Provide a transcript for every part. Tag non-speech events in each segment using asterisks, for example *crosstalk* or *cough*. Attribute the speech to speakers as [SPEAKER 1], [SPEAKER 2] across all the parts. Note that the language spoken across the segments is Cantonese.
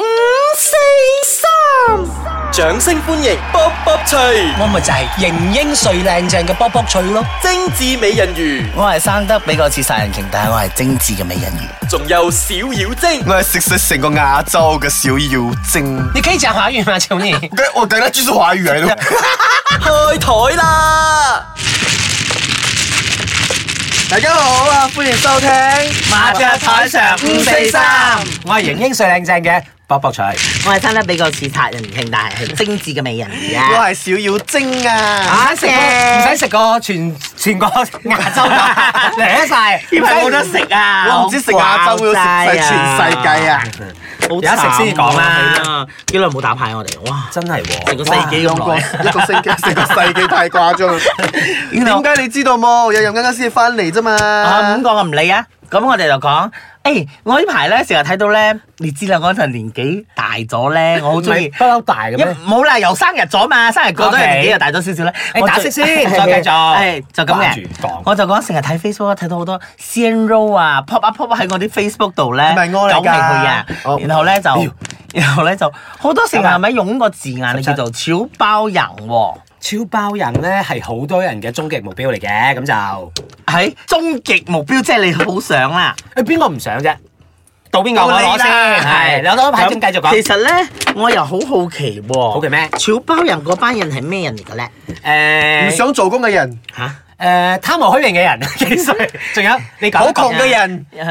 [SPEAKER 1] 台上五四三，掌聲歡迎卜卜脆，
[SPEAKER 2] 我咪就係型英帥靚正嘅卜卜脆咯。
[SPEAKER 1] 精緻美人魚，
[SPEAKER 2] 我係生得比較似殺人鯨，但係我係精緻嘅美人魚。
[SPEAKER 1] 仲有小妖精。
[SPEAKER 3] 我係食食成個亞洲嘅小妖精。
[SPEAKER 2] 你可以講華語嗎，求你？
[SPEAKER 3] 我等下繼續華語嚟咯。
[SPEAKER 1] 開台啦！
[SPEAKER 3] 大家好啊，歡迎收聽
[SPEAKER 4] 啊
[SPEAKER 2] 麻雀台上
[SPEAKER 4] 五四三，
[SPEAKER 2] 我係型英帥靚正嘅卜卜脆。
[SPEAKER 4] 我係生得比較似殺人鯨，但係係精緻嘅美人魚
[SPEAKER 3] 我
[SPEAKER 4] 啊！
[SPEAKER 3] 係小妖精啊。
[SPEAKER 2] 啊！食過唔使食過全全個亞洲㗎，嚟晒，
[SPEAKER 4] 點解冇得食啊
[SPEAKER 3] 我唔知食亞洲要食晒全世界
[SPEAKER 2] à.
[SPEAKER 3] 啊！
[SPEAKER 4] 有
[SPEAKER 2] 有得食先講啦，
[SPEAKER 4] 幾耐冇打牌我哋，哇！
[SPEAKER 2] 真係喎
[SPEAKER 4] 成個世紀咁
[SPEAKER 3] 哇
[SPEAKER 4] 耐，
[SPEAKER 3] 一個星期 *laughs* 成個世紀太誇張啦。點解你知道冇？我有任啱啱先翻嚟啫嘛。
[SPEAKER 4] 啊咁講我唔理啊！咁我哋就講，誒，我呢排咧成日睇到咧，你知啦，我嗰陣年紀大咗咧，我好中意
[SPEAKER 2] 不。嬲大嘅
[SPEAKER 4] 一
[SPEAKER 2] 咩？
[SPEAKER 4] 冇啦，由生日咗嘛，生日過咗
[SPEAKER 2] OK
[SPEAKER 4] 年紀又大咗少少咧。
[SPEAKER 2] 你
[SPEAKER 4] 我
[SPEAKER 2] 打
[SPEAKER 4] 最
[SPEAKER 2] 色先再繼續
[SPEAKER 4] 係就咁
[SPEAKER 2] 掛
[SPEAKER 4] 嘅
[SPEAKER 2] 住講。
[SPEAKER 4] 我就講成日睇 Facebook 睇到好多 c n roll 啊 pop up pop up 喺我啲 Facebook 度咧，
[SPEAKER 3] 係咪我嚟㗎
[SPEAKER 4] 走嚟去啊
[SPEAKER 3] 哦。
[SPEAKER 4] 然後咧就，然後咧就好多時候
[SPEAKER 2] 咁啊
[SPEAKER 4] 係咪用個字眼你叫做超包人喎？
[SPEAKER 2] 超包人咧係好多人嘅終極目標嚟嘅，咁就
[SPEAKER 4] 係終極目標，即係你好想啦。
[SPEAKER 2] 誒邊個唔想啫？到邊個
[SPEAKER 4] 到
[SPEAKER 2] 我
[SPEAKER 4] 你
[SPEAKER 2] 攞先，
[SPEAKER 4] 啦
[SPEAKER 2] 係攞到牌先繼續講。
[SPEAKER 4] 其實咧，我又好好奇喎。
[SPEAKER 2] 好奇咩
[SPEAKER 4] 超包人嗰班人係咩人嚟嘅咧？
[SPEAKER 3] 唔
[SPEAKER 2] 誒
[SPEAKER 3] 想做工嘅人，
[SPEAKER 4] 嚇？
[SPEAKER 2] 誒貪慕虛榮嘅人 *laughs* 幾歲？仲有你講
[SPEAKER 3] 好窮嘅人，
[SPEAKER 4] *laughs*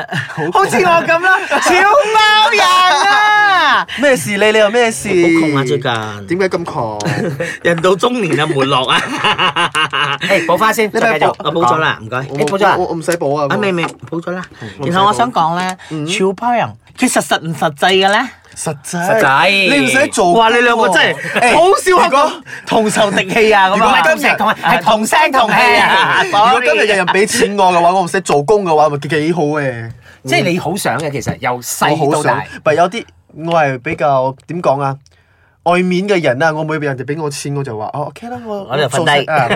[SPEAKER 4] 好似我 *laughs* 咁啦，小貓人啊！
[SPEAKER 3] 咩事你？你又咩事？好
[SPEAKER 4] 窮啊最近
[SPEAKER 3] 點解咁窮？
[SPEAKER 4] *laughs* 人到中年啊，沒落 *laughs* 啊！
[SPEAKER 2] 誒補翻先，
[SPEAKER 3] 你
[SPEAKER 2] 再
[SPEAKER 3] 咪
[SPEAKER 2] 繼續。
[SPEAKER 4] 我補咗啦，唔該。
[SPEAKER 3] 我
[SPEAKER 4] 你
[SPEAKER 3] 冇
[SPEAKER 4] 補咗啦
[SPEAKER 3] 我？我唔使補啊。
[SPEAKER 4] 啊，
[SPEAKER 3] 我
[SPEAKER 4] 未未補咗啦。
[SPEAKER 3] 我唔
[SPEAKER 4] 然後我
[SPEAKER 3] 使補
[SPEAKER 4] 想講咧，小包人其實實唔實際嘅咧？
[SPEAKER 3] 實際，
[SPEAKER 2] 實際
[SPEAKER 3] 你唔使做。
[SPEAKER 4] 哇！你兩個真係好啊少係講同仇敵氣啊咁
[SPEAKER 2] 唔
[SPEAKER 4] 啊！
[SPEAKER 2] 係今日同係同聲同氣啊！
[SPEAKER 3] 如果今日有人俾錢我嘅話，我唔使做工嘅話，咪幾好嘅。
[SPEAKER 2] 即係你好想嘅，其實由細
[SPEAKER 3] 我
[SPEAKER 2] 到
[SPEAKER 3] 好想
[SPEAKER 2] 大，，
[SPEAKER 3] 但有啲我係比較點講啊？外面嘅人啊，我每人哋俾我錢，我就話哦 OK 啦，我
[SPEAKER 4] 我就瞓低 *laughs*
[SPEAKER 3] 啊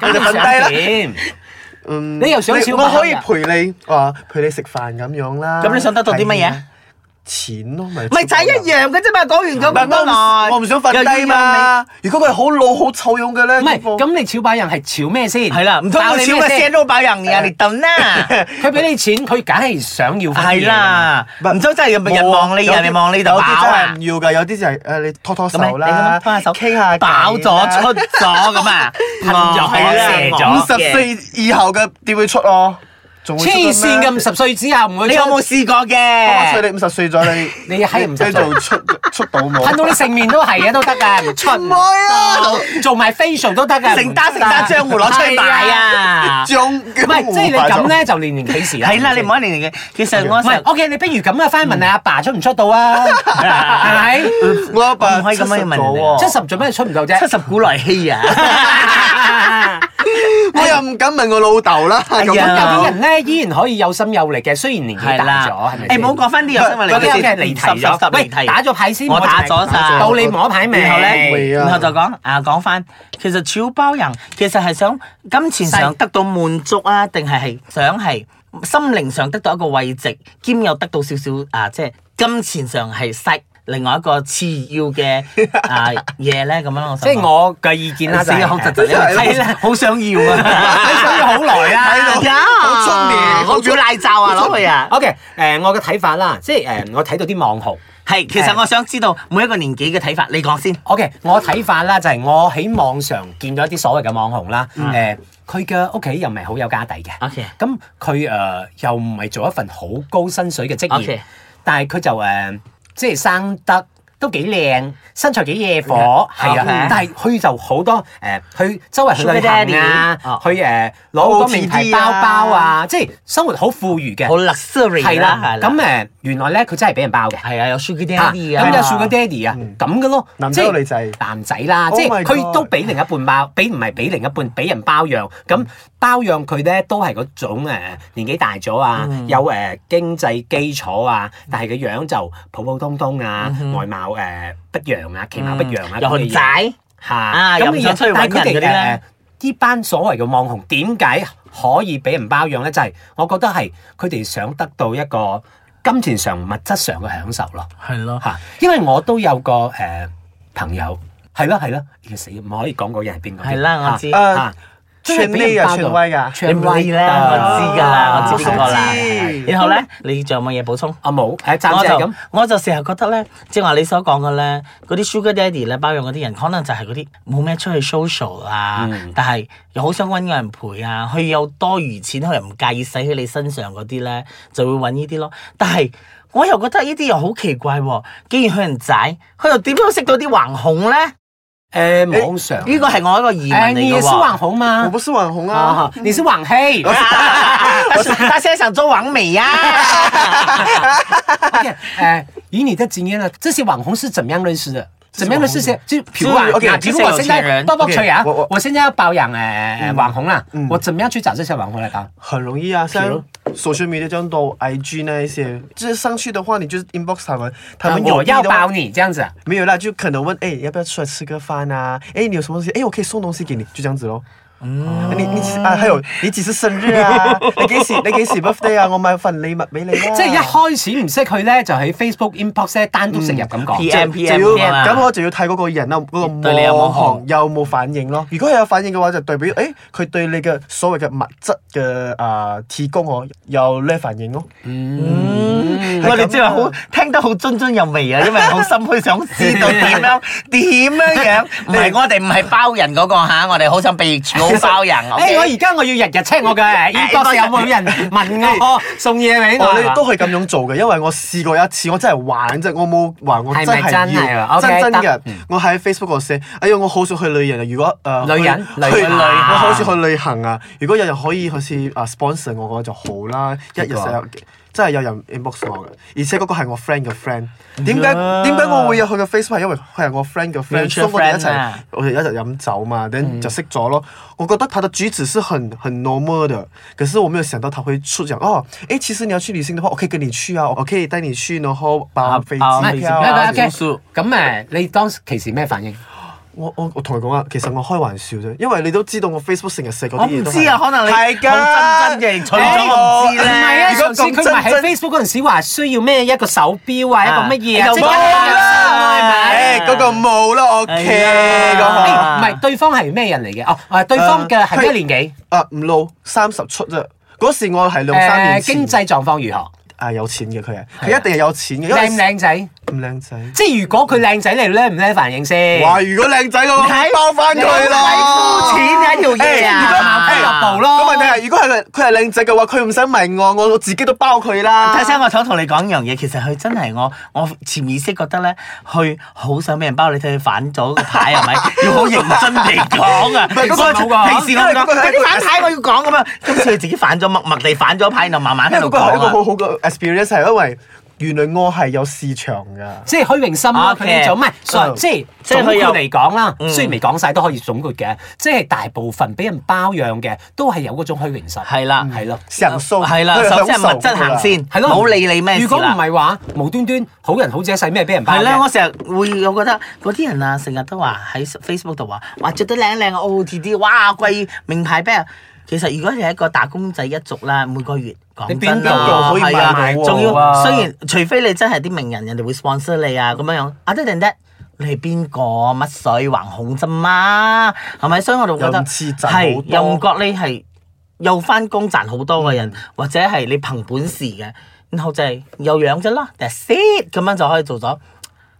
[SPEAKER 3] 我我就瞓低啦。
[SPEAKER 2] 低啦。
[SPEAKER 3] 嗯
[SPEAKER 2] 你又想少
[SPEAKER 3] 我
[SPEAKER 2] 買
[SPEAKER 3] 可以
[SPEAKER 2] 啊
[SPEAKER 3] 陪你啊，陪你食飯咁樣啦。啊
[SPEAKER 4] 咁你想得到啲乜嘢？
[SPEAKER 3] 錢咯，咪
[SPEAKER 4] 咪就係一樣嘅啫嘛！講
[SPEAKER 3] 唔
[SPEAKER 4] 完咁啊
[SPEAKER 3] 係
[SPEAKER 4] 多
[SPEAKER 3] 我唔
[SPEAKER 4] 耐，
[SPEAKER 3] 我唔想瞓低嘛。如果佢係好老好醜樣嘅咧，
[SPEAKER 2] 唔係，咁你炒擺人係炒咩先？
[SPEAKER 4] 係啦，唔通
[SPEAKER 2] 爆
[SPEAKER 4] 我
[SPEAKER 2] 你
[SPEAKER 4] 小
[SPEAKER 2] 咩
[SPEAKER 4] 嘅
[SPEAKER 2] 先
[SPEAKER 4] 聲都爆人啊？你等啦！
[SPEAKER 2] 佢俾你錢，佢梗係想要翻嘢
[SPEAKER 4] 係
[SPEAKER 2] 㗎嘛。
[SPEAKER 4] 啦，唔通真係有人望你，
[SPEAKER 1] à,
[SPEAKER 3] 有啲
[SPEAKER 4] 人哋望你就
[SPEAKER 3] 有
[SPEAKER 4] 飽
[SPEAKER 3] 啲真
[SPEAKER 4] 啊
[SPEAKER 3] 係唔！要㗎，有啲就係誒你拖拖
[SPEAKER 4] 咁咪
[SPEAKER 3] 手啦，
[SPEAKER 4] 你咁樣拖下手
[SPEAKER 3] 傾下偈啦
[SPEAKER 4] 飽咗出咗咁啊，
[SPEAKER 2] 噴咗射咗
[SPEAKER 3] 五十四以後嘅點會出哦？仲會出嘅咩
[SPEAKER 2] 黐線嘅，五十歲之後唔會
[SPEAKER 4] 你
[SPEAKER 2] 出
[SPEAKER 4] 有冇試過
[SPEAKER 3] 我催
[SPEAKER 4] 嘅？
[SPEAKER 3] 你五十歲咗你，
[SPEAKER 2] 你係50歲
[SPEAKER 3] 你做出出到冇？
[SPEAKER 2] 噴到你成面都係嘅都得㗎，唔出
[SPEAKER 3] 唔會啊！
[SPEAKER 2] 做埋 facial 都得㗎，
[SPEAKER 4] 成打成打漿糊攞出去賣啊！
[SPEAKER 3] 將
[SPEAKER 2] 唔得！唔係，即係你咁，咧就年年幾時啦？
[SPEAKER 4] 係啦，你唔好一定嘅。其實我
[SPEAKER 2] 唔係
[SPEAKER 4] 成
[SPEAKER 2] ，OK，你不如咁啊，翻去問下阿爸出唔出到啊？係咪？
[SPEAKER 3] 我阿爸
[SPEAKER 4] 唔可以咁樣問人哋
[SPEAKER 2] 七
[SPEAKER 3] 七十咗喎
[SPEAKER 2] 十做咩出唔到啫？
[SPEAKER 4] 七十古來稀啊！
[SPEAKER 3] 我又唔敢問我老豆啦。
[SPEAKER 4] 哎
[SPEAKER 3] 咁
[SPEAKER 4] 呀
[SPEAKER 2] 有啲人咧依然可以有心有力嘅，雖然年紀
[SPEAKER 4] 係
[SPEAKER 2] 大
[SPEAKER 4] 啦
[SPEAKER 2] 咗，係咪，先？
[SPEAKER 4] 誒唔好講翻啲有新聞嚟
[SPEAKER 2] 嗰啲
[SPEAKER 4] 嘅
[SPEAKER 2] 嘅
[SPEAKER 4] 離
[SPEAKER 2] 離
[SPEAKER 4] 題
[SPEAKER 2] 題
[SPEAKER 4] 咗，
[SPEAKER 2] 咗。
[SPEAKER 4] 喂
[SPEAKER 2] 喂，
[SPEAKER 4] 打
[SPEAKER 2] 打
[SPEAKER 4] 咗，
[SPEAKER 2] 咗牌先，
[SPEAKER 4] 我打咗晒
[SPEAKER 2] 到你摸牌未？
[SPEAKER 4] 然後咧，
[SPEAKER 3] 未啊
[SPEAKER 4] 然後就講啊講翻，其實小包人其實係想金錢上得到滿足啊，定係係想係心靈上得到一個慰藉，兼有得到少少啊，即係金錢上係塞另外一個次要嘅啊嘢咧，咁樣咯。
[SPEAKER 2] 即係我嘅意見啦，
[SPEAKER 4] 死
[SPEAKER 2] 就係
[SPEAKER 4] 好
[SPEAKER 2] *laughs*
[SPEAKER 4] 窒窒，
[SPEAKER 3] 係
[SPEAKER 4] 係啦，好想要啊，
[SPEAKER 2] 你想要好耐
[SPEAKER 4] *laughs*
[SPEAKER 2] 啦。
[SPEAKER 3] 喺度
[SPEAKER 4] 呀
[SPEAKER 3] 好出面
[SPEAKER 4] 我要奶罩啊，攞去啊！
[SPEAKER 2] *laughs* O K，誒我嘅睇法啦，即係誒我睇到啲網紅。
[SPEAKER 4] 係，其實我想知道每一個年紀嘅睇法，你講先。
[SPEAKER 2] O K，我睇法啦，就係我喺網上見到一啲所謂嘅網紅啦，誒佢嘅屋企又唔係好有家底嘅
[SPEAKER 4] 嗯 OK
[SPEAKER 2] 咁佢誒又唔係做一份好高薪水嘅職業
[SPEAKER 4] OK
[SPEAKER 2] 但係佢就誒、即係生得都幾靚，身材幾野火，係啊
[SPEAKER 4] OK
[SPEAKER 2] 但係佢就好多誒、去周圍去旅行啊
[SPEAKER 4] Sugar daddy，哦，
[SPEAKER 2] 去誒攞好多名牌
[SPEAKER 3] OOTD
[SPEAKER 2] 包
[SPEAKER 3] 啊
[SPEAKER 2] 包啊，即係生活好富裕嘅，
[SPEAKER 4] 好啊 luxury
[SPEAKER 2] 係啦。咁
[SPEAKER 4] 咁
[SPEAKER 2] 誒、原來咧佢真係俾人包嘅。
[SPEAKER 4] 係啊，有 Sugar
[SPEAKER 2] 啊
[SPEAKER 4] Daddy 啊，嗯
[SPEAKER 2] 咁有 Sugar Daddy 啊，咁嘅咯，
[SPEAKER 3] 男仔
[SPEAKER 2] 即係
[SPEAKER 3] 女仔
[SPEAKER 2] 男仔啦，
[SPEAKER 3] Oh
[SPEAKER 2] 即
[SPEAKER 3] my
[SPEAKER 2] 係
[SPEAKER 3] God
[SPEAKER 2] 佢都俾另一半包，俾唔係俾另一半，俾人包養，咁包養佢咧都係嗰種誒年紀大咗啊，
[SPEAKER 4] 嗯
[SPEAKER 2] 有誒經濟基礎啊，但係個樣就普普通通
[SPEAKER 4] 嗯
[SPEAKER 2] 啊，外貌誒不揚啊，其貌不揚啊，
[SPEAKER 4] 有
[SPEAKER 2] 咁嘅嘢
[SPEAKER 4] 熊仔，
[SPEAKER 2] 嚇，
[SPEAKER 4] 嗯啊又唔想出去
[SPEAKER 2] 但係佢
[SPEAKER 4] 搵人嗰啲
[SPEAKER 2] 哋
[SPEAKER 4] 咧
[SPEAKER 2] 誒呢班所謂嘅網紅點解可以俾人包養咧？就係我覺得係佢哋想得到一個金錢上、物質上嘅享受咯。
[SPEAKER 4] 係咯，
[SPEAKER 2] 嚇，因為我都有個誒、呃朋友，係咯係咯，要死唔可以講嗰人係邊個添？
[SPEAKER 4] 係啦我知
[SPEAKER 2] 嚇啊嚇真係俾人包到
[SPEAKER 3] 串威啊
[SPEAKER 4] 你
[SPEAKER 2] 串
[SPEAKER 4] 唔
[SPEAKER 2] 威
[SPEAKER 4] 理啦，我知噶啦，我知邊個啦
[SPEAKER 3] 我想。知
[SPEAKER 4] 然後咧，你仲有冇嘢補充？
[SPEAKER 2] 啊冇，誒暫
[SPEAKER 4] 我
[SPEAKER 2] 時係咁
[SPEAKER 4] 就。我就成日覺得咧，即係話你所講嘅咧，嗰啲 sugar daddy 咧包養嗰啲人，可能就係嗰啲冇咩出去 social 啊，但係又好想揾個人陪啊，佢有多餘錢，佢又唔介意使喺你身上嗰啲咧，就會揾呢啲咯。但係我又覺得呢啲又好奇怪喎、既然佢人仔，佢又點樣識到啲橫恐咧？
[SPEAKER 2] 誒網上
[SPEAKER 4] 呢個係我一個疑
[SPEAKER 2] 誒
[SPEAKER 4] 問嚟
[SPEAKER 2] 你
[SPEAKER 4] 嘅
[SPEAKER 2] 是網
[SPEAKER 4] *laughs* 喎。
[SPEAKER 2] 紅嗎？
[SPEAKER 3] 我不是網
[SPEAKER 4] 哦
[SPEAKER 3] 紅啊
[SPEAKER 2] 啊，，你是網
[SPEAKER 4] *laughs*
[SPEAKER 2] 黑。
[SPEAKER 4] 他他現在想做啊網美呀、
[SPEAKER 2] OK，呃，以你的经验呢，这些网红是怎么样认识的？怎么样的事情？就比如啊
[SPEAKER 4] 就是，OK，
[SPEAKER 2] 啊
[SPEAKER 4] 这
[SPEAKER 2] 比
[SPEAKER 4] 些
[SPEAKER 2] 如我
[SPEAKER 4] 有
[SPEAKER 2] 现
[SPEAKER 4] 钱
[SPEAKER 2] 在
[SPEAKER 4] 人
[SPEAKER 2] 包包吹啊，
[SPEAKER 3] 我我
[SPEAKER 2] 我现在要包养呃呃网红啦
[SPEAKER 3] 嗯，
[SPEAKER 2] 我怎么样去找这些网红来包？
[SPEAKER 3] 很容易啊，
[SPEAKER 2] 如
[SPEAKER 3] 像 social media 这样多 IG 那一些，就是上去的话，你就是 inbox 他们，他们
[SPEAKER 2] 呃
[SPEAKER 3] 有
[SPEAKER 2] 我
[SPEAKER 3] 意的
[SPEAKER 2] 要
[SPEAKER 3] 话
[SPEAKER 2] 包你这样子啊，
[SPEAKER 3] 没有啦，就可能问，哎、要不要出来吃个饭啊？哎、你有什么东西？哎、我可以送东西给你，就这样子咯。嗯，你你啊，还有你几时生日啊？
[SPEAKER 4] *laughs*
[SPEAKER 3] 你几时你几时 birthday 啊？我买份礼物俾你啦。
[SPEAKER 2] 即系一开始唔识佢咧，就喺 Facebook inbox 咧單獨食入
[SPEAKER 3] 嗯
[SPEAKER 2] 咁講。
[SPEAKER 3] 就
[SPEAKER 4] PM
[SPEAKER 3] 要
[SPEAKER 4] PM 啊
[SPEAKER 3] 咁我就要睇嗰個人啦，嗰、
[SPEAKER 4] 對你有
[SPEAKER 3] 個
[SPEAKER 4] 冇
[SPEAKER 3] 網紅有冇反應咯。如果佢有反應嘅話，就代表誒佢對你嘅所謂嘅物質嘅啊提供我有呢反應咯。
[SPEAKER 4] 嗯，我哋即係好聽得好津津有味啊，因為好心虛想知道點樣 *laughs* 點樣 *laughs* 樣。唔係我哋唔係包人嗰個嚇，我哋好想被好包人。 *laughs*
[SPEAKER 2] 誒，哎我
[SPEAKER 4] OK？
[SPEAKER 2] 而家我要日日 check
[SPEAKER 3] *laughs*
[SPEAKER 2] 我嘅
[SPEAKER 3] 哎
[SPEAKER 2] 呃 inbox 有冇人問我送嘢俾我啊
[SPEAKER 3] 我
[SPEAKER 2] 係
[SPEAKER 3] 哦哋
[SPEAKER 2] 嘛。
[SPEAKER 3] 哎都係咁樣做嘅，因為我試過一次，我真係玩啫，我冇話我真係
[SPEAKER 2] 係咪真係啊
[SPEAKER 3] 要
[SPEAKER 2] ？OK，
[SPEAKER 3] 真真
[SPEAKER 2] 得
[SPEAKER 3] 嘅。我喺 Facebook 度寫，哎呀，我好想去旅行啊！如果誒
[SPEAKER 2] 旅人
[SPEAKER 3] 去
[SPEAKER 2] 旅
[SPEAKER 3] 去
[SPEAKER 2] 行
[SPEAKER 3] 我好想去旅行啊！如果有人可以好似啊 sponsor 我嘅話就好啦，一日
[SPEAKER 2] 結果
[SPEAKER 3] 成日真係有人 inbox 我嘅，而且嗰個係我 friend 嘅 friend。點
[SPEAKER 2] 嗯
[SPEAKER 3] 解點解我會有佢嘅 Facebook？係因為佢係我 friend 嘅 friend，
[SPEAKER 4] Mutual
[SPEAKER 3] 所以我哋一
[SPEAKER 4] friend
[SPEAKER 3] 齊
[SPEAKER 4] 啊
[SPEAKER 3] 我哋一齊飲酒嘛，等就識咗咯。我覺得他的舉止是很很 normal 的，可是我沒有想到他會出講哦，誒，其實你要去旅行的話，我可以跟你去啊，我可以帶你去，然後包飛
[SPEAKER 4] 包飛
[SPEAKER 3] 機
[SPEAKER 4] 機
[SPEAKER 3] 票
[SPEAKER 4] 唔係唔係
[SPEAKER 3] 啊。
[SPEAKER 2] OK，
[SPEAKER 4] 少
[SPEAKER 2] 咁誒，你當其時咩反應？
[SPEAKER 3] 我我我同佢講啊，其實我開玩笑啫，因為你都知道我 Facebook 成日寫嗰
[SPEAKER 4] *laughs* 我
[SPEAKER 3] 啲
[SPEAKER 4] 唔
[SPEAKER 3] 嘢都係
[SPEAKER 4] 知啊，可能你
[SPEAKER 3] 係㗎
[SPEAKER 4] 好真真嘅，除咗我唔知
[SPEAKER 2] 哎唔係啊，
[SPEAKER 4] 咧。
[SPEAKER 3] 如果
[SPEAKER 2] 頭
[SPEAKER 3] 咁
[SPEAKER 2] 先佢咪喺
[SPEAKER 3] 真真
[SPEAKER 2] Facebook 嗰陣時話需要咩一個手錶啊，一個乜嘢
[SPEAKER 4] 啊
[SPEAKER 2] 啊，
[SPEAKER 4] 你
[SPEAKER 2] 即
[SPEAKER 4] 就
[SPEAKER 2] 刻
[SPEAKER 4] 冇啦
[SPEAKER 2] 係咪？
[SPEAKER 3] 誒嗰個冇啦
[SPEAKER 4] 係
[SPEAKER 3] ，OK 嗰
[SPEAKER 4] 啊
[SPEAKER 3] 個。
[SPEAKER 2] 誒唔係對方係咩人嚟嘅？哦，誒對方嘅係咩年紀？
[SPEAKER 3] 啊唔老三十出啫。嗰時我係兩三
[SPEAKER 2] 誒
[SPEAKER 3] 年前
[SPEAKER 2] 經濟狀況如何？
[SPEAKER 3] 啊有錢嘅佢係，佢一定係有錢嘅，因
[SPEAKER 2] 靚唔
[SPEAKER 3] 為
[SPEAKER 2] 靚仔？
[SPEAKER 3] 唔靚仔。
[SPEAKER 2] 即係如果佢靚仔嚟咧，唔咧反應先。
[SPEAKER 3] 哇！如果靚仔嘅我
[SPEAKER 4] 睇
[SPEAKER 3] 包翻
[SPEAKER 4] 你
[SPEAKER 3] 佢啦。
[SPEAKER 4] 好膚淺啊呢條嘢
[SPEAKER 3] 誒如果
[SPEAKER 4] 啊！
[SPEAKER 2] 行俱樂部
[SPEAKER 3] 咁
[SPEAKER 2] 咯。
[SPEAKER 3] 問題係，如果係佢係靚仔嘅話，佢唔使問我，我我自己都包佢啦。
[SPEAKER 4] 睇先，我想同你講一樣嘢，其實佢真係我我潛意識覺得咧，佢好想俾人包，你睇佢反咗個牌 *laughs* 係咪？要好認真地講啊！
[SPEAKER 3] 係嗰個冇
[SPEAKER 2] 㗎
[SPEAKER 4] 平時我
[SPEAKER 3] 因為嗰
[SPEAKER 4] 講
[SPEAKER 3] 個係
[SPEAKER 4] 快啲反牌，我要講咁樣。今次佢自己反咗，默默地反咗牌，然後慢慢
[SPEAKER 3] 因
[SPEAKER 4] 喺
[SPEAKER 3] 為
[SPEAKER 4] 度
[SPEAKER 3] 嗰個係一個好
[SPEAKER 4] 講啊。
[SPEAKER 3] 好嘅 experience，係因為原來我係有市場㗎。
[SPEAKER 2] 即係虛榮心啦，佢
[SPEAKER 4] OK
[SPEAKER 2] 哋就唔係，所以
[SPEAKER 3] 嗯
[SPEAKER 2] 即係
[SPEAKER 4] 即係
[SPEAKER 2] 總
[SPEAKER 4] 佢
[SPEAKER 2] 括
[SPEAKER 4] 有
[SPEAKER 2] 嚟講啦，
[SPEAKER 4] 嗯
[SPEAKER 2] 雖然未講晒都可以總括嘅，即係大部分俾人包養嘅都係有嗰種虛榮心。
[SPEAKER 4] 係啦
[SPEAKER 2] 係咯。
[SPEAKER 3] 享受
[SPEAKER 4] 呃係啦，
[SPEAKER 3] 佢係
[SPEAKER 4] 首先
[SPEAKER 3] 享受
[SPEAKER 4] 係物質行先，
[SPEAKER 2] 係咯，
[SPEAKER 4] 冇理你咩事啦啊
[SPEAKER 2] 如果唔係話，無端端好人好姐使咩俾人包
[SPEAKER 4] 係
[SPEAKER 2] 嘅
[SPEAKER 4] 啦，我成日會我覺得嗰啲人啊，成日都話喺 Facebook 度話，哇着得靚靚啊，OOTD，哇貴名牌 bag 啊。其實如果你係一個打工仔一族啦，每個月講真
[SPEAKER 2] 邊
[SPEAKER 4] 啦，
[SPEAKER 3] 度可以買
[SPEAKER 4] 係啊
[SPEAKER 3] 買到
[SPEAKER 4] 仲要
[SPEAKER 2] 啊
[SPEAKER 4] 雖然呃除非你真係啲名人，人哋會 sponsor 你啊咁樣樣。Other than that，你係邊個乜水橫恐啫嘛？係咪？所以我就覺
[SPEAKER 3] 又
[SPEAKER 4] 得
[SPEAKER 3] 唔似賺好多
[SPEAKER 4] 又唔覺你係又翻工賺好多嘅人，
[SPEAKER 2] 嗯
[SPEAKER 4] 或者係你憑本事嘅，然後就係有養啫啦，that's it，咁樣就可以做咗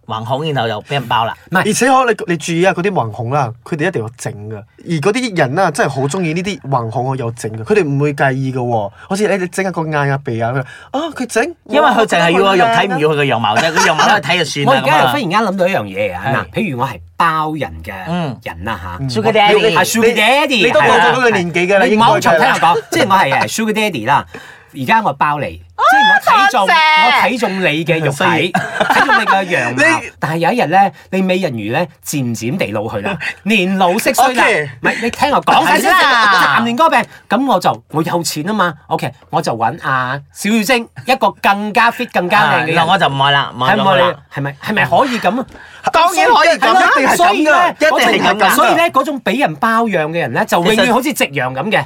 [SPEAKER 4] 橫恐，然後又俾人包啦。
[SPEAKER 2] 係
[SPEAKER 3] 而且可你你注意啊，嗰啲橫恐啦，佢哋一定要整嘅。而嗰啲人啦，真係好中意呢啲橫恐，我有整嘅，佢哋唔會介意嘅喎。好似你你整下個眼啊鼻啊，佢話啊佢整，
[SPEAKER 4] 因為佢淨係要個肉體，唔要
[SPEAKER 3] 要。
[SPEAKER 4] 佢個樣貌啫，個樣貌都係睇就算
[SPEAKER 2] 啊我
[SPEAKER 4] 啦
[SPEAKER 2] 而家又忽
[SPEAKER 4] 咁啊。
[SPEAKER 2] 然間諗到一樣嘢啊！
[SPEAKER 4] 係
[SPEAKER 2] 嗱，譬如我係包人嘅
[SPEAKER 4] 嗯
[SPEAKER 2] 人啦嚇。
[SPEAKER 4] Sugar
[SPEAKER 2] 係
[SPEAKER 4] Daddy，啊
[SPEAKER 2] Sugar Daddy，
[SPEAKER 3] 你都
[SPEAKER 2] 係
[SPEAKER 3] 過
[SPEAKER 2] 啦
[SPEAKER 3] 咗嗰個年紀㗎啦
[SPEAKER 2] 係
[SPEAKER 3] 應
[SPEAKER 2] 唔
[SPEAKER 3] 該
[SPEAKER 2] 好
[SPEAKER 3] 㗎
[SPEAKER 2] 重聽
[SPEAKER 3] 啦
[SPEAKER 2] 我講， *laughs* 即係我係誒 Sugar Daddy 啦。而家我包你，即係我睇中
[SPEAKER 4] 多謝
[SPEAKER 2] 我睇中你嘅肉
[SPEAKER 4] 所以
[SPEAKER 2] 體， *laughs* 睇中你嘅樣貌
[SPEAKER 3] *laughs* 你。
[SPEAKER 2] 但係有一日咧，你美人魚咧漸漸地老去
[SPEAKER 3] *laughs*
[SPEAKER 2] 啦，年老色衰啦。
[SPEAKER 3] OK
[SPEAKER 2] 唔係你聽我講晒先
[SPEAKER 4] 係啦
[SPEAKER 2] 男年歌病，咁我就我有錢啊嘛。OK，我就揾阿小妖精一個更加 fit、更加靚嘅
[SPEAKER 4] 啊
[SPEAKER 2] 人
[SPEAKER 4] 我。就唔愛啦，唔愛
[SPEAKER 2] 係
[SPEAKER 4] 咗佢
[SPEAKER 2] 咪
[SPEAKER 4] 啦。
[SPEAKER 2] 係咪係咪可以咁啊？
[SPEAKER 4] 當然可以咁啦
[SPEAKER 2] 係
[SPEAKER 3] 一定係咁㗎
[SPEAKER 2] 所以咧，
[SPEAKER 3] 一定係咁㗎
[SPEAKER 2] 嗰種所以咧，嗰種俾人包養嘅人咧，就永
[SPEAKER 4] 其實
[SPEAKER 2] 遠好似夕陽咁嘅，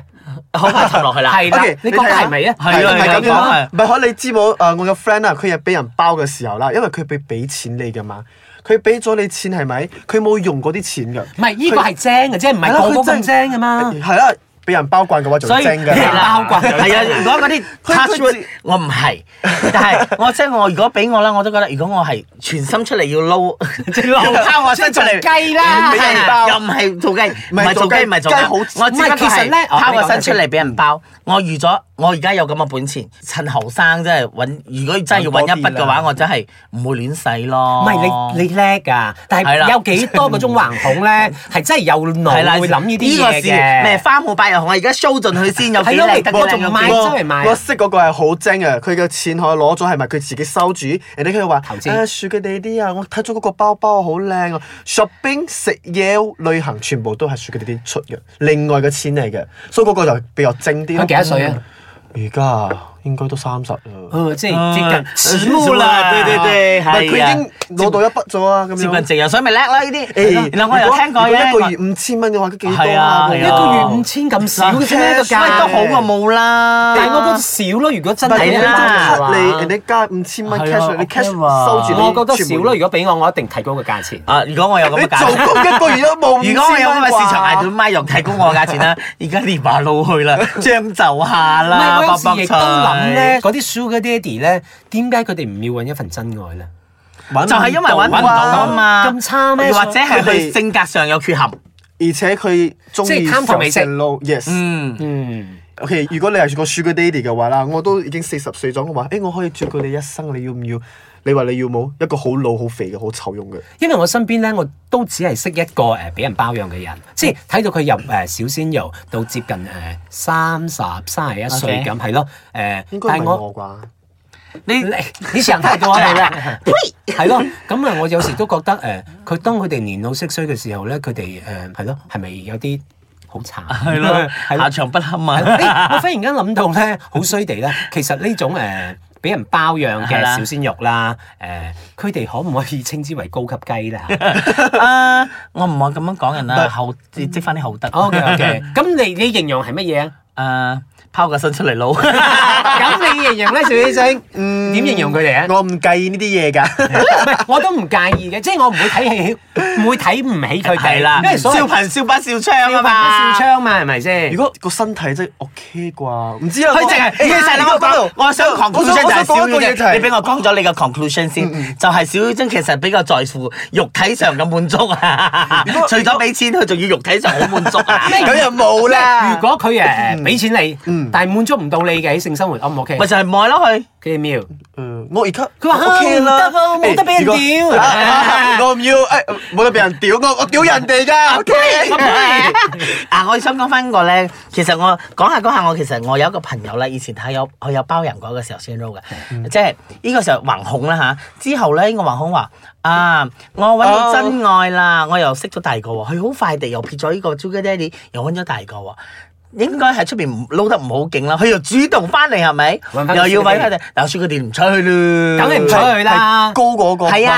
[SPEAKER 4] 好快沉落去啦。
[SPEAKER 2] 係啦
[SPEAKER 3] OK，
[SPEAKER 2] 你覺
[SPEAKER 3] 睇
[SPEAKER 2] 得
[SPEAKER 3] 下
[SPEAKER 2] 係咪啊？
[SPEAKER 4] 係啊
[SPEAKER 3] 唔係咁樣
[SPEAKER 4] 係
[SPEAKER 3] 啦
[SPEAKER 4] 啊，
[SPEAKER 3] 唔係可你知冇？誒，我個 friend 啊，佢係俾人包嘅時候啦，因為佢俾俾錢你噶嘛，佢俾咗你錢係咪？佢冇用嗰啲錢㗎。
[SPEAKER 2] 唔係呢個係精嘅啫，唔係個個咁精嘅 *laughs* 嘛。
[SPEAKER 3] 係啦，俾人包慣嘅話就
[SPEAKER 4] 所以
[SPEAKER 3] 精㗎
[SPEAKER 2] 係
[SPEAKER 3] 啦。
[SPEAKER 2] 啦包棍
[SPEAKER 4] 係啊！如果嗰啲 touch wood，我唔係，但係我即係我如果俾我啦，我都覺得如果我係全心出嚟要撈，即係撈拋我身出嚟，
[SPEAKER 2] 即係做雞啦
[SPEAKER 4] 唔係
[SPEAKER 2] 係
[SPEAKER 3] 人
[SPEAKER 4] 啊
[SPEAKER 3] 包
[SPEAKER 4] 又唔係做雞，唔
[SPEAKER 3] 唔係做
[SPEAKER 4] 係做
[SPEAKER 3] 雞
[SPEAKER 4] 雞，唔係做
[SPEAKER 3] 雞
[SPEAKER 4] 雞
[SPEAKER 3] 好
[SPEAKER 4] 我只
[SPEAKER 2] 唔
[SPEAKER 4] 不
[SPEAKER 2] 係
[SPEAKER 4] 過
[SPEAKER 2] 其實
[SPEAKER 4] 係
[SPEAKER 2] 咧
[SPEAKER 4] 拋個身出
[SPEAKER 2] 哦你講
[SPEAKER 4] 嚟俾人包，我預咗我而家有咁嘅本錢，趁後生真係揾，如果真係要揾一筆
[SPEAKER 3] 揾多
[SPEAKER 4] 嘅話，
[SPEAKER 3] 啲啦
[SPEAKER 4] 我真係唔會亂使咯。
[SPEAKER 2] 唔係你你叻㗎，但
[SPEAKER 4] 係
[SPEAKER 2] 係
[SPEAKER 4] 啦
[SPEAKER 2] 有幾多嗰種橫恐咧，係真係有腦會諗呢啲
[SPEAKER 4] 個
[SPEAKER 2] 嘢
[SPEAKER 4] 事咩
[SPEAKER 2] 嘅。
[SPEAKER 4] 花冇百日紅，我而家 show 盡佢先，有幾
[SPEAKER 2] 係咯
[SPEAKER 4] 靚得幾
[SPEAKER 2] 我
[SPEAKER 4] 靚
[SPEAKER 2] 仲
[SPEAKER 4] 有幾
[SPEAKER 2] 買
[SPEAKER 4] 靚
[SPEAKER 2] 周圍買
[SPEAKER 3] 我識嗰個係好精嘅，佢嘅錢可以攞咗係咪佢自己收住？人哋佢話：
[SPEAKER 2] 投資
[SPEAKER 3] 啊，樹嘅地啲啊，我睇咗嗰個包包好靚啊！shopping、食嘢、旅行全部都係樹嘅地啲出嘅，另外嘅錢嚟嘅，所以嗰個就比較精啲咯。
[SPEAKER 2] 佢幾多歲啊？
[SPEAKER 3] 而家啊應該都三十啦。
[SPEAKER 2] 嗯，即係
[SPEAKER 4] 嗯
[SPEAKER 2] 接近遲暮啦。
[SPEAKER 4] 對對對，
[SPEAKER 3] 唔係
[SPEAKER 4] 係啊
[SPEAKER 3] 佢已經攞到一筆咗啊，咁
[SPEAKER 4] 接
[SPEAKER 3] 樣
[SPEAKER 4] 近。夕陽，所以咪叻咯呢啲。
[SPEAKER 3] 誒，
[SPEAKER 4] 然後我又聽過
[SPEAKER 3] 如
[SPEAKER 4] 咧，
[SPEAKER 3] 果一個月五千蚊嘅話，都幾多
[SPEAKER 4] 係
[SPEAKER 3] 啊
[SPEAKER 4] 啊？
[SPEAKER 3] 嗰
[SPEAKER 2] 一
[SPEAKER 4] 係
[SPEAKER 3] 個
[SPEAKER 4] 啊
[SPEAKER 2] 個月五千咁少嘅啫，個
[SPEAKER 4] 喂
[SPEAKER 2] 價
[SPEAKER 4] 都好過冇啦。
[SPEAKER 2] 但係我覺得少咯，如果真係
[SPEAKER 3] 但係
[SPEAKER 4] 係
[SPEAKER 3] 人
[SPEAKER 2] 呢
[SPEAKER 3] 哋就
[SPEAKER 4] 啦
[SPEAKER 2] 種
[SPEAKER 3] 呃
[SPEAKER 2] 嘅話
[SPEAKER 3] 你人哋加五千蚊
[SPEAKER 4] 係
[SPEAKER 3] cash，
[SPEAKER 4] 啊
[SPEAKER 3] 你 cash
[SPEAKER 4] 我聽話
[SPEAKER 3] 收住你，
[SPEAKER 2] 我覺得少咯。如
[SPEAKER 3] 全部
[SPEAKER 2] 果俾我，我一定提高個價錢。
[SPEAKER 4] 啊，如果我有咁
[SPEAKER 3] 你
[SPEAKER 4] 嘅
[SPEAKER 3] 做
[SPEAKER 4] 價錢。
[SPEAKER 3] 工一個月都冇五千蚊啩。
[SPEAKER 4] *laughs* 如果我有咁嘅市場捱到咪，又提高我嘅價錢
[SPEAKER 2] *laughs*
[SPEAKER 4] 啦。而家連埋路去啦，將就下
[SPEAKER 2] 唔係，
[SPEAKER 4] 啦，
[SPEAKER 2] 我有
[SPEAKER 4] 卜
[SPEAKER 2] 時
[SPEAKER 4] 卜
[SPEAKER 2] 亦都諗咧，嗰啲 Sugar Daddy 咧，點解佢哋唔要揾一份真愛咧？
[SPEAKER 4] 就係因為揾唔到啊嘛，
[SPEAKER 2] 咁差咩
[SPEAKER 4] 或者係
[SPEAKER 3] 佢哋
[SPEAKER 4] 佢性格上有缺陷。
[SPEAKER 3] 而且佢中
[SPEAKER 2] 即
[SPEAKER 3] 意
[SPEAKER 2] 係貪圖美食
[SPEAKER 3] low yes。
[SPEAKER 4] 嗯，
[SPEAKER 2] 嗯，
[SPEAKER 3] OK，如果你係個 Sugar Daddy 嘅話啦，我都已經四十歲咗，我話誒欸我可以照顧你一生，你要唔要？你話你要冇一個好老、好肥嘅、好醜樣嘅，
[SPEAKER 2] 因為我身邊咧，我都只係識一個誒俾人包養嘅人，即
[SPEAKER 4] 嗯
[SPEAKER 2] 係睇到佢由誒小鮮肉到接近誒三十、三十一歲
[SPEAKER 4] OK
[SPEAKER 2] 咁，係咯誒
[SPEAKER 3] 應。該
[SPEAKER 2] 但
[SPEAKER 3] 唔
[SPEAKER 2] 係
[SPEAKER 3] 係
[SPEAKER 2] 我
[SPEAKER 3] 我啩？
[SPEAKER 4] 你
[SPEAKER 2] 你你成日太過係啦，係咯。咁啊，我有時都覺得誒，佢當佢哋年老色衰嘅時候咧，佢哋誒係咯，係咪有啲好慘？
[SPEAKER 4] 係咯，
[SPEAKER 2] 係
[SPEAKER 4] 下場不堪
[SPEAKER 2] *laughs*
[SPEAKER 4] 啊！
[SPEAKER 2] 誒我忽然間諗到咧，好衰地咧，其實呢種誒俾、人包養嘅
[SPEAKER 4] 係啦
[SPEAKER 2] 小鮮肉啦，誒佢哋可唔可以稱之為高級雞咧
[SPEAKER 4] *laughs* 啊，我唔可以咁樣講人啦，後積翻啲厚德。
[SPEAKER 2] 哦？OK OK，咁你你形容係乜嘢啊？
[SPEAKER 4] 誒，拋個身出嚟撈。
[SPEAKER 2] 咁你形容咧，小先生，嗯，點形容佢哋啊？
[SPEAKER 3] 我唔計呢啲嘢 *laughs* 㗎。
[SPEAKER 2] 唔係，我都唔介意嘅，即係我唔會睇起，唔會睇唔起佢哋
[SPEAKER 4] 係啦，
[SPEAKER 2] 因為所謂
[SPEAKER 4] 笑貧笑不笑娼 *laughs*
[SPEAKER 2] 笑
[SPEAKER 4] 啊嘛，
[SPEAKER 2] 笑槍嘛，係咪先？
[SPEAKER 3] 如果個身體真係 OK 啩，唔知啊。
[SPEAKER 4] 佢淨係
[SPEAKER 3] 我
[SPEAKER 4] 其實
[SPEAKER 3] 誒
[SPEAKER 4] 我
[SPEAKER 3] 嗰
[SPEAKER 4] 講
[SPEAKER 3] 度，
[SPEAKER 4] 我想
[SPEAKER 3] 我想
[SPEAKER 4] conclusion 就係
[SPEAKER 3] 我想
[SPEAKER 4] 小
[SPEAKER 3] 講一個嘢就係
[SPEAKER 4] 妖
[SPEAKER 3] 嗯
[SPEAKER 4] 精，你俾我講咗你個 conclusion 先，就係小妖精其實比較在乎肉體上嘅滿足啊，除咗俾錢，佢仲要肉體上好滿足
[SPEAKER 3] *laughs*
[SPEAKER 4] 啊。
[SPEAKER 3] 咁又冇啦。
[SPEAKER 2] 如果佢誒俾錢你，但係滿足唔到你嘅性生活，O 唔 OK？
[SPEAKER 4] 咪就係唔愛咯佢，
[SPEAKER 2] 佢哋喵。
[SPEAKER 3] 誒，我而家
[SPEAKER 2] 佢話
[SPEAKER 3] 我 Ờ, OK 啦
[SPEAKER 2] 唔得喎冇得俾人
[SPEAKER 3] 誒如果
[SPEAKER 2] 屌
[SPEAKER 3] 啊啊我唔要誒，冇得俾人屌，我我屌人哋㗎，OK。
[SPEAKER 2] *laughs*
[SPEAKER 4] 啊！我想講翻個咧，其實我講下講下，我其實我有一個朋友咧，以前佢有佢有包人過嘅時候先 low 嘅，即係呢個時候橫恐啦吓，之後咧，呢個橫恐話啊，我揾到真愛啦，我又識咗第二個喎，佢好快地又撇咗呢個 Sugar Daddy，又揾咗第二個喎。應該喺出邊唔撈得唔好勁啦，佢又主動翻嚟係咪
[SPEAKER 2] 搵返？個
[SPEAKER 4] 又要
[SPEAKER 2] Sugar
[SPEAKER 4] 揾佢哋，但 Sugar Daddy 唔出去啦，
[SPEAKER 2] 梗係唔出去啦
[SPEAKER 3] 係高嗰個
[SPEAKER 4] 係啊，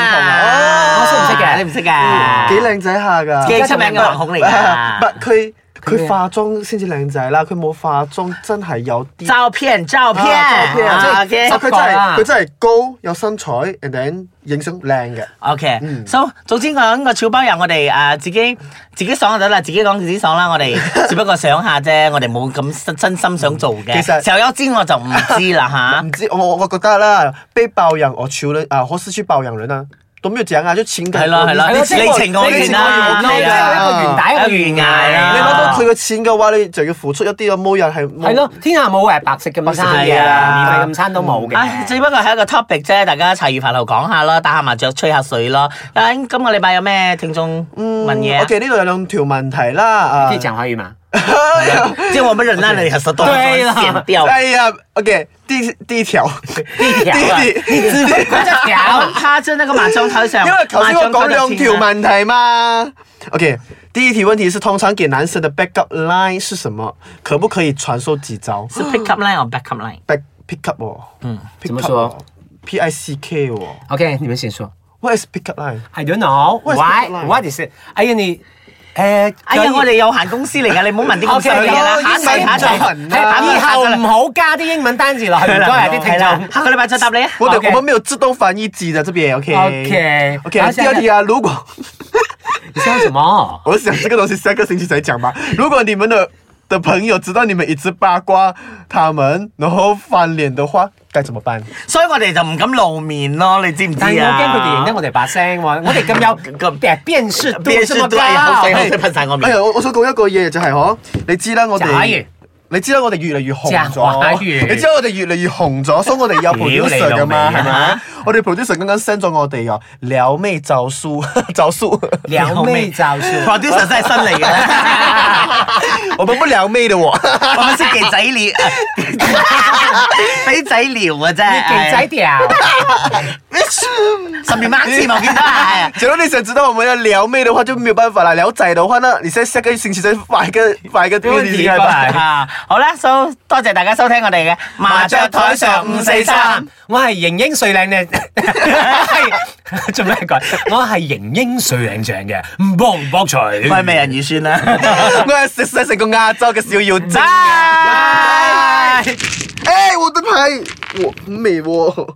[SPEAKER 2] 我識唔識嘅
[SPEAKER 4] 你唔識㗎，
[SPEAKER 3] 幾靚仔下㗎，
[SPEAKER 4] 幾出名嘅橫恐
[SPEAKER 3] À,
[SPEAKER 4] 嚟
[SPEAKER 3] 唔
[SPEAKER 4] *laughs* 㗎。
[SPEAKER 3] 佢
[SPEAKER 2] 咩
[SPEAKER 3] 佢
[SPEAKER 2] 啊
[SPEAKER 3] 化妝先至靚仔啦，佢冇化妝真係有啲。
[SPEAKER 4] 照片，照
[SPEAKER 3] À,
[SPEAKER 4] 片，
[SPEAKER 3] 啊照片
[SPEAKER 4] 啊
[SPEAKER 2] 即係
[SPEAKER 4] À, OK
[SPEAKER 3] 佢真係
[SPEAKER 2] 啊
[SPEAKER 3] 佢真係高有身材，and then 影相靚嘅。
[SPEAKER 4] OK，so 總之講個小包人，我哋誒自己自己爽就得啦，自己講自己爽啦。
[SPEAKER 3] *laughs*
[SPEAKER 4] 我哋只不過想下啫，我哋冇咁真真心想做嘅。
[SPEAKER 3] 其實
[SPEAKER 4] 石友知我就唔知
[SPEAKER 3] *laughs*
[SPEAKER 4] 啦
[SPEAKER 3] 唔
[SPEAKER 4] 吓，
[SPEAKER 3] 知我我覺得啦，被包養我求人啊，何時去包養人啊？都沒有講啊，就情感。
[SPEAKER 4] 係咯係咯
[SPEAKER 3] 你
[SPEAKER 2] 係咯
[SPEAKER 4] 你情我願啦
[SPEAKER 2] 你情我願啦，一個
[SPEAKER 3] 係啊
[SPEAKER 2] 圓帶一個圓牙
[SPEAKER 4] 啊
[SPEAKER 2] 啦
[SPEAKER 3] 你攞到佢嘅錢嘅話，你就要付出一啲啊，冇人係冇
[SPEAKER 2] 係咯，天下冇誒白色咁餐嘅，
[SPEAKER 4] 係啊
[SPEAKER 2] 免費咁餐都冇
[SPEAKER 4] 唉，只
[SPEAKER 2] 嘅。
[SPEAKER 4] 不過係一個 topic 啫，大家茶餘飯後講下啦，打下麻雀，吹下水咯。啊，今個禮拜有咩聽眾問嘢
[SPEAKER 3] 嗯
[SPEAKER 4] 啊
[SPEAKER 3] OK，呢度有兩條問題啦，啊
[SPEAKER 2] 即係，講華語嘛？
[SPEAKER 3] *laughs*
[SPEAKER 4] 即係我們忍耐了有十多分
[SPEAKER 2] 對啦
[SPEAKER 4] 鐘剪掉。
[SPEAKER 3] 哎呀，OK，第第一條，
[SPEAKER 2] 呢條啊，
[SPEAKER 3] 第第
[SPEAKER 2] 嗰隻
[SPEAKER 4] 搞
[SPEAKER 2] 條
[SPEAKER 4] 趴在那個麻將台
[SPEAKER 3] *laughs*
[SPEAKER 4] 上，
[SPEAKER 3] 因为头先我讲两条
[SPEAKER 4] 嘛。
[SPEAKER 3] 问题嘛。OK，第一题问题是通常给男生的 backup line 是什么？可不可以传授几招
[SPEAKER 4] 是 pick up line or back up line？
[SPEAKER 3] ？back pick up 哦，嗯
[SPEAKER 2] 怎么说
[SPEAKER 3] ？P I C K 哦
[SPEAKER 2] ，OK，你們先說。
[SPEAKER 3] ，What is pick up line？
[SPEAKER 2] I don't know
[SPEAKER 3] What is
[SPEAKER 2] why
[SPEAKER 3] pick line?
[SPEAKER 2] what is it？哎呀你誒，
[SPEAKER 4] 哎呀，
[SPEAKER 2] 佢
[SPEAKER 4] 我哋有限公司嚟噶，你唔好問啲咁
[SPEAKER 2] O
[SPEAKER 4] 深嘅
[SPEAKER 2] K，
[SPEAKER 4] 嘢啦。下一題，下一題，
[SPEAKER 3] 英文
[SPEAKER 4] 係下一題
[SPEAKER 2] 以
[SPEAKER 4] 下一
[SPEAKER 2] 後
[SPEAKER 4] 題
[SPEAKER 2] 唔好加啲英文單字落去，唔該啊啲聽
[SPEAKER 4] 係啦
[SPEAKER 2] 眾。
[SPEAKER 4] 下個禮拜再答你啊。
[SPEAKER 3] 我哋
[SPEAKER 2] OK
[SPEAKER 3] 我們沒有自動翻譯機的這邊，OK
[SPEAKER 2] OK
[SPEAKER 3] OK。
[SPEAKER 2] 好
[SPEAKER 3] 第二題啊，如果？
[SPEAKER 2] 你笑什麼
[SPEAKER 3] 我想這個東西下個星期才講吧。如果你們的的朋友知道你們一直八卦他們，然後翻臉的話，該怎麼辦？
[SPEAKER 4] 所以我哋就唔敢露面咯，你知唔知
[SPEAKER 2] 但係我
[SPEAKER 4] 啊？
[SPEAKER 2] 驚佢哋認得我哋把聲喎，我哋咁有個辨識度
[SPEAKER 4] 邊
[SPEAKER 2] 咁
[SPEAKER 4] 都係好細，好
[SPEAKER 2] 高
[SPEAKER 4] 細，。噴晒我
[SPEAKER 3] 哎
[SPEAKER 4] 面。
[SPEAKER 3] 呀，我我想講一個嘢就係嗬，你知啦，我
[SPEAKER 2] 假如
[SPEAKER 3] 哋。你知啦，我哋越嚟越紅
[SPEAKER 2] 假
[SPEAKER 3] 咗，
[SPEAKER 2] 如
[SPEAKER 3] 你知啦，我哋越嚟越紅
[SPEAKER 2] *laughs*
[SPEAKER 3] 咗，所以我哋有 producer 噶
[SPEAKER 2] 屌
[SPEAKER 3] 嘛，係
[SPEAKER 2] 你老味
[SPEAKER 3] 咪
[SPEAKER 2] 啊？
[SPEAKER 3] 我哋 producer 剛剛 send 咗我哋啊，撩妹招數， *laughs* 招數，
[SPEAKER 2] 撩妹罩
[SPEAKER 4] *laughs*
[SPEAKER 2] 笑。
[SPEAKER 4] producer 真係新嚟嘅，
[SPEAKER 3] *laughs* 我們不撩妹的喎。
[SPEAKER 4] 我咪識記仔撩，俾仔撩啊真係。
[SPEAKER 2] 你仔屌，
[SPEAKER 4] 十面掹刺，我見到係啊。
[SPEAKER 3] *laughs* 假如你想知道我们要撩妹的话，就没有办法了。聊仔的话，那你在下个星期再发一个
[SPEAKER 2] *laughs*
[SPEAKER 3] 发一个
[SPEAKER 2] 没问题
[SPEAKER 3] 给你看
[SPEAKER 2] 拜拜
[SPEAKER 3] 吧。
[SPEAKER 4] 啊，好啦，so 多謝大家收聽我哋嘅麻雀台上五四三，，
[SPEAKER 2] 我係型英帥靚
[SPEAKER 4] *laughs*
[SPEAKER 2] *laughs* 靚，做咩講？我係型英帥靚正嘅，唔搏唔搏
[SPEAKER 4] 唔係
[SPEAKER 2] 除。
[SPEAKER 4] 美人魚算啦。
[SPEAKER 3] *laughs* 我系食晒成个亚洲嘅小妖精。
[SPEAKER 4] 拜。
[SPEAKER 3] 哎，我的牌，我很美哦。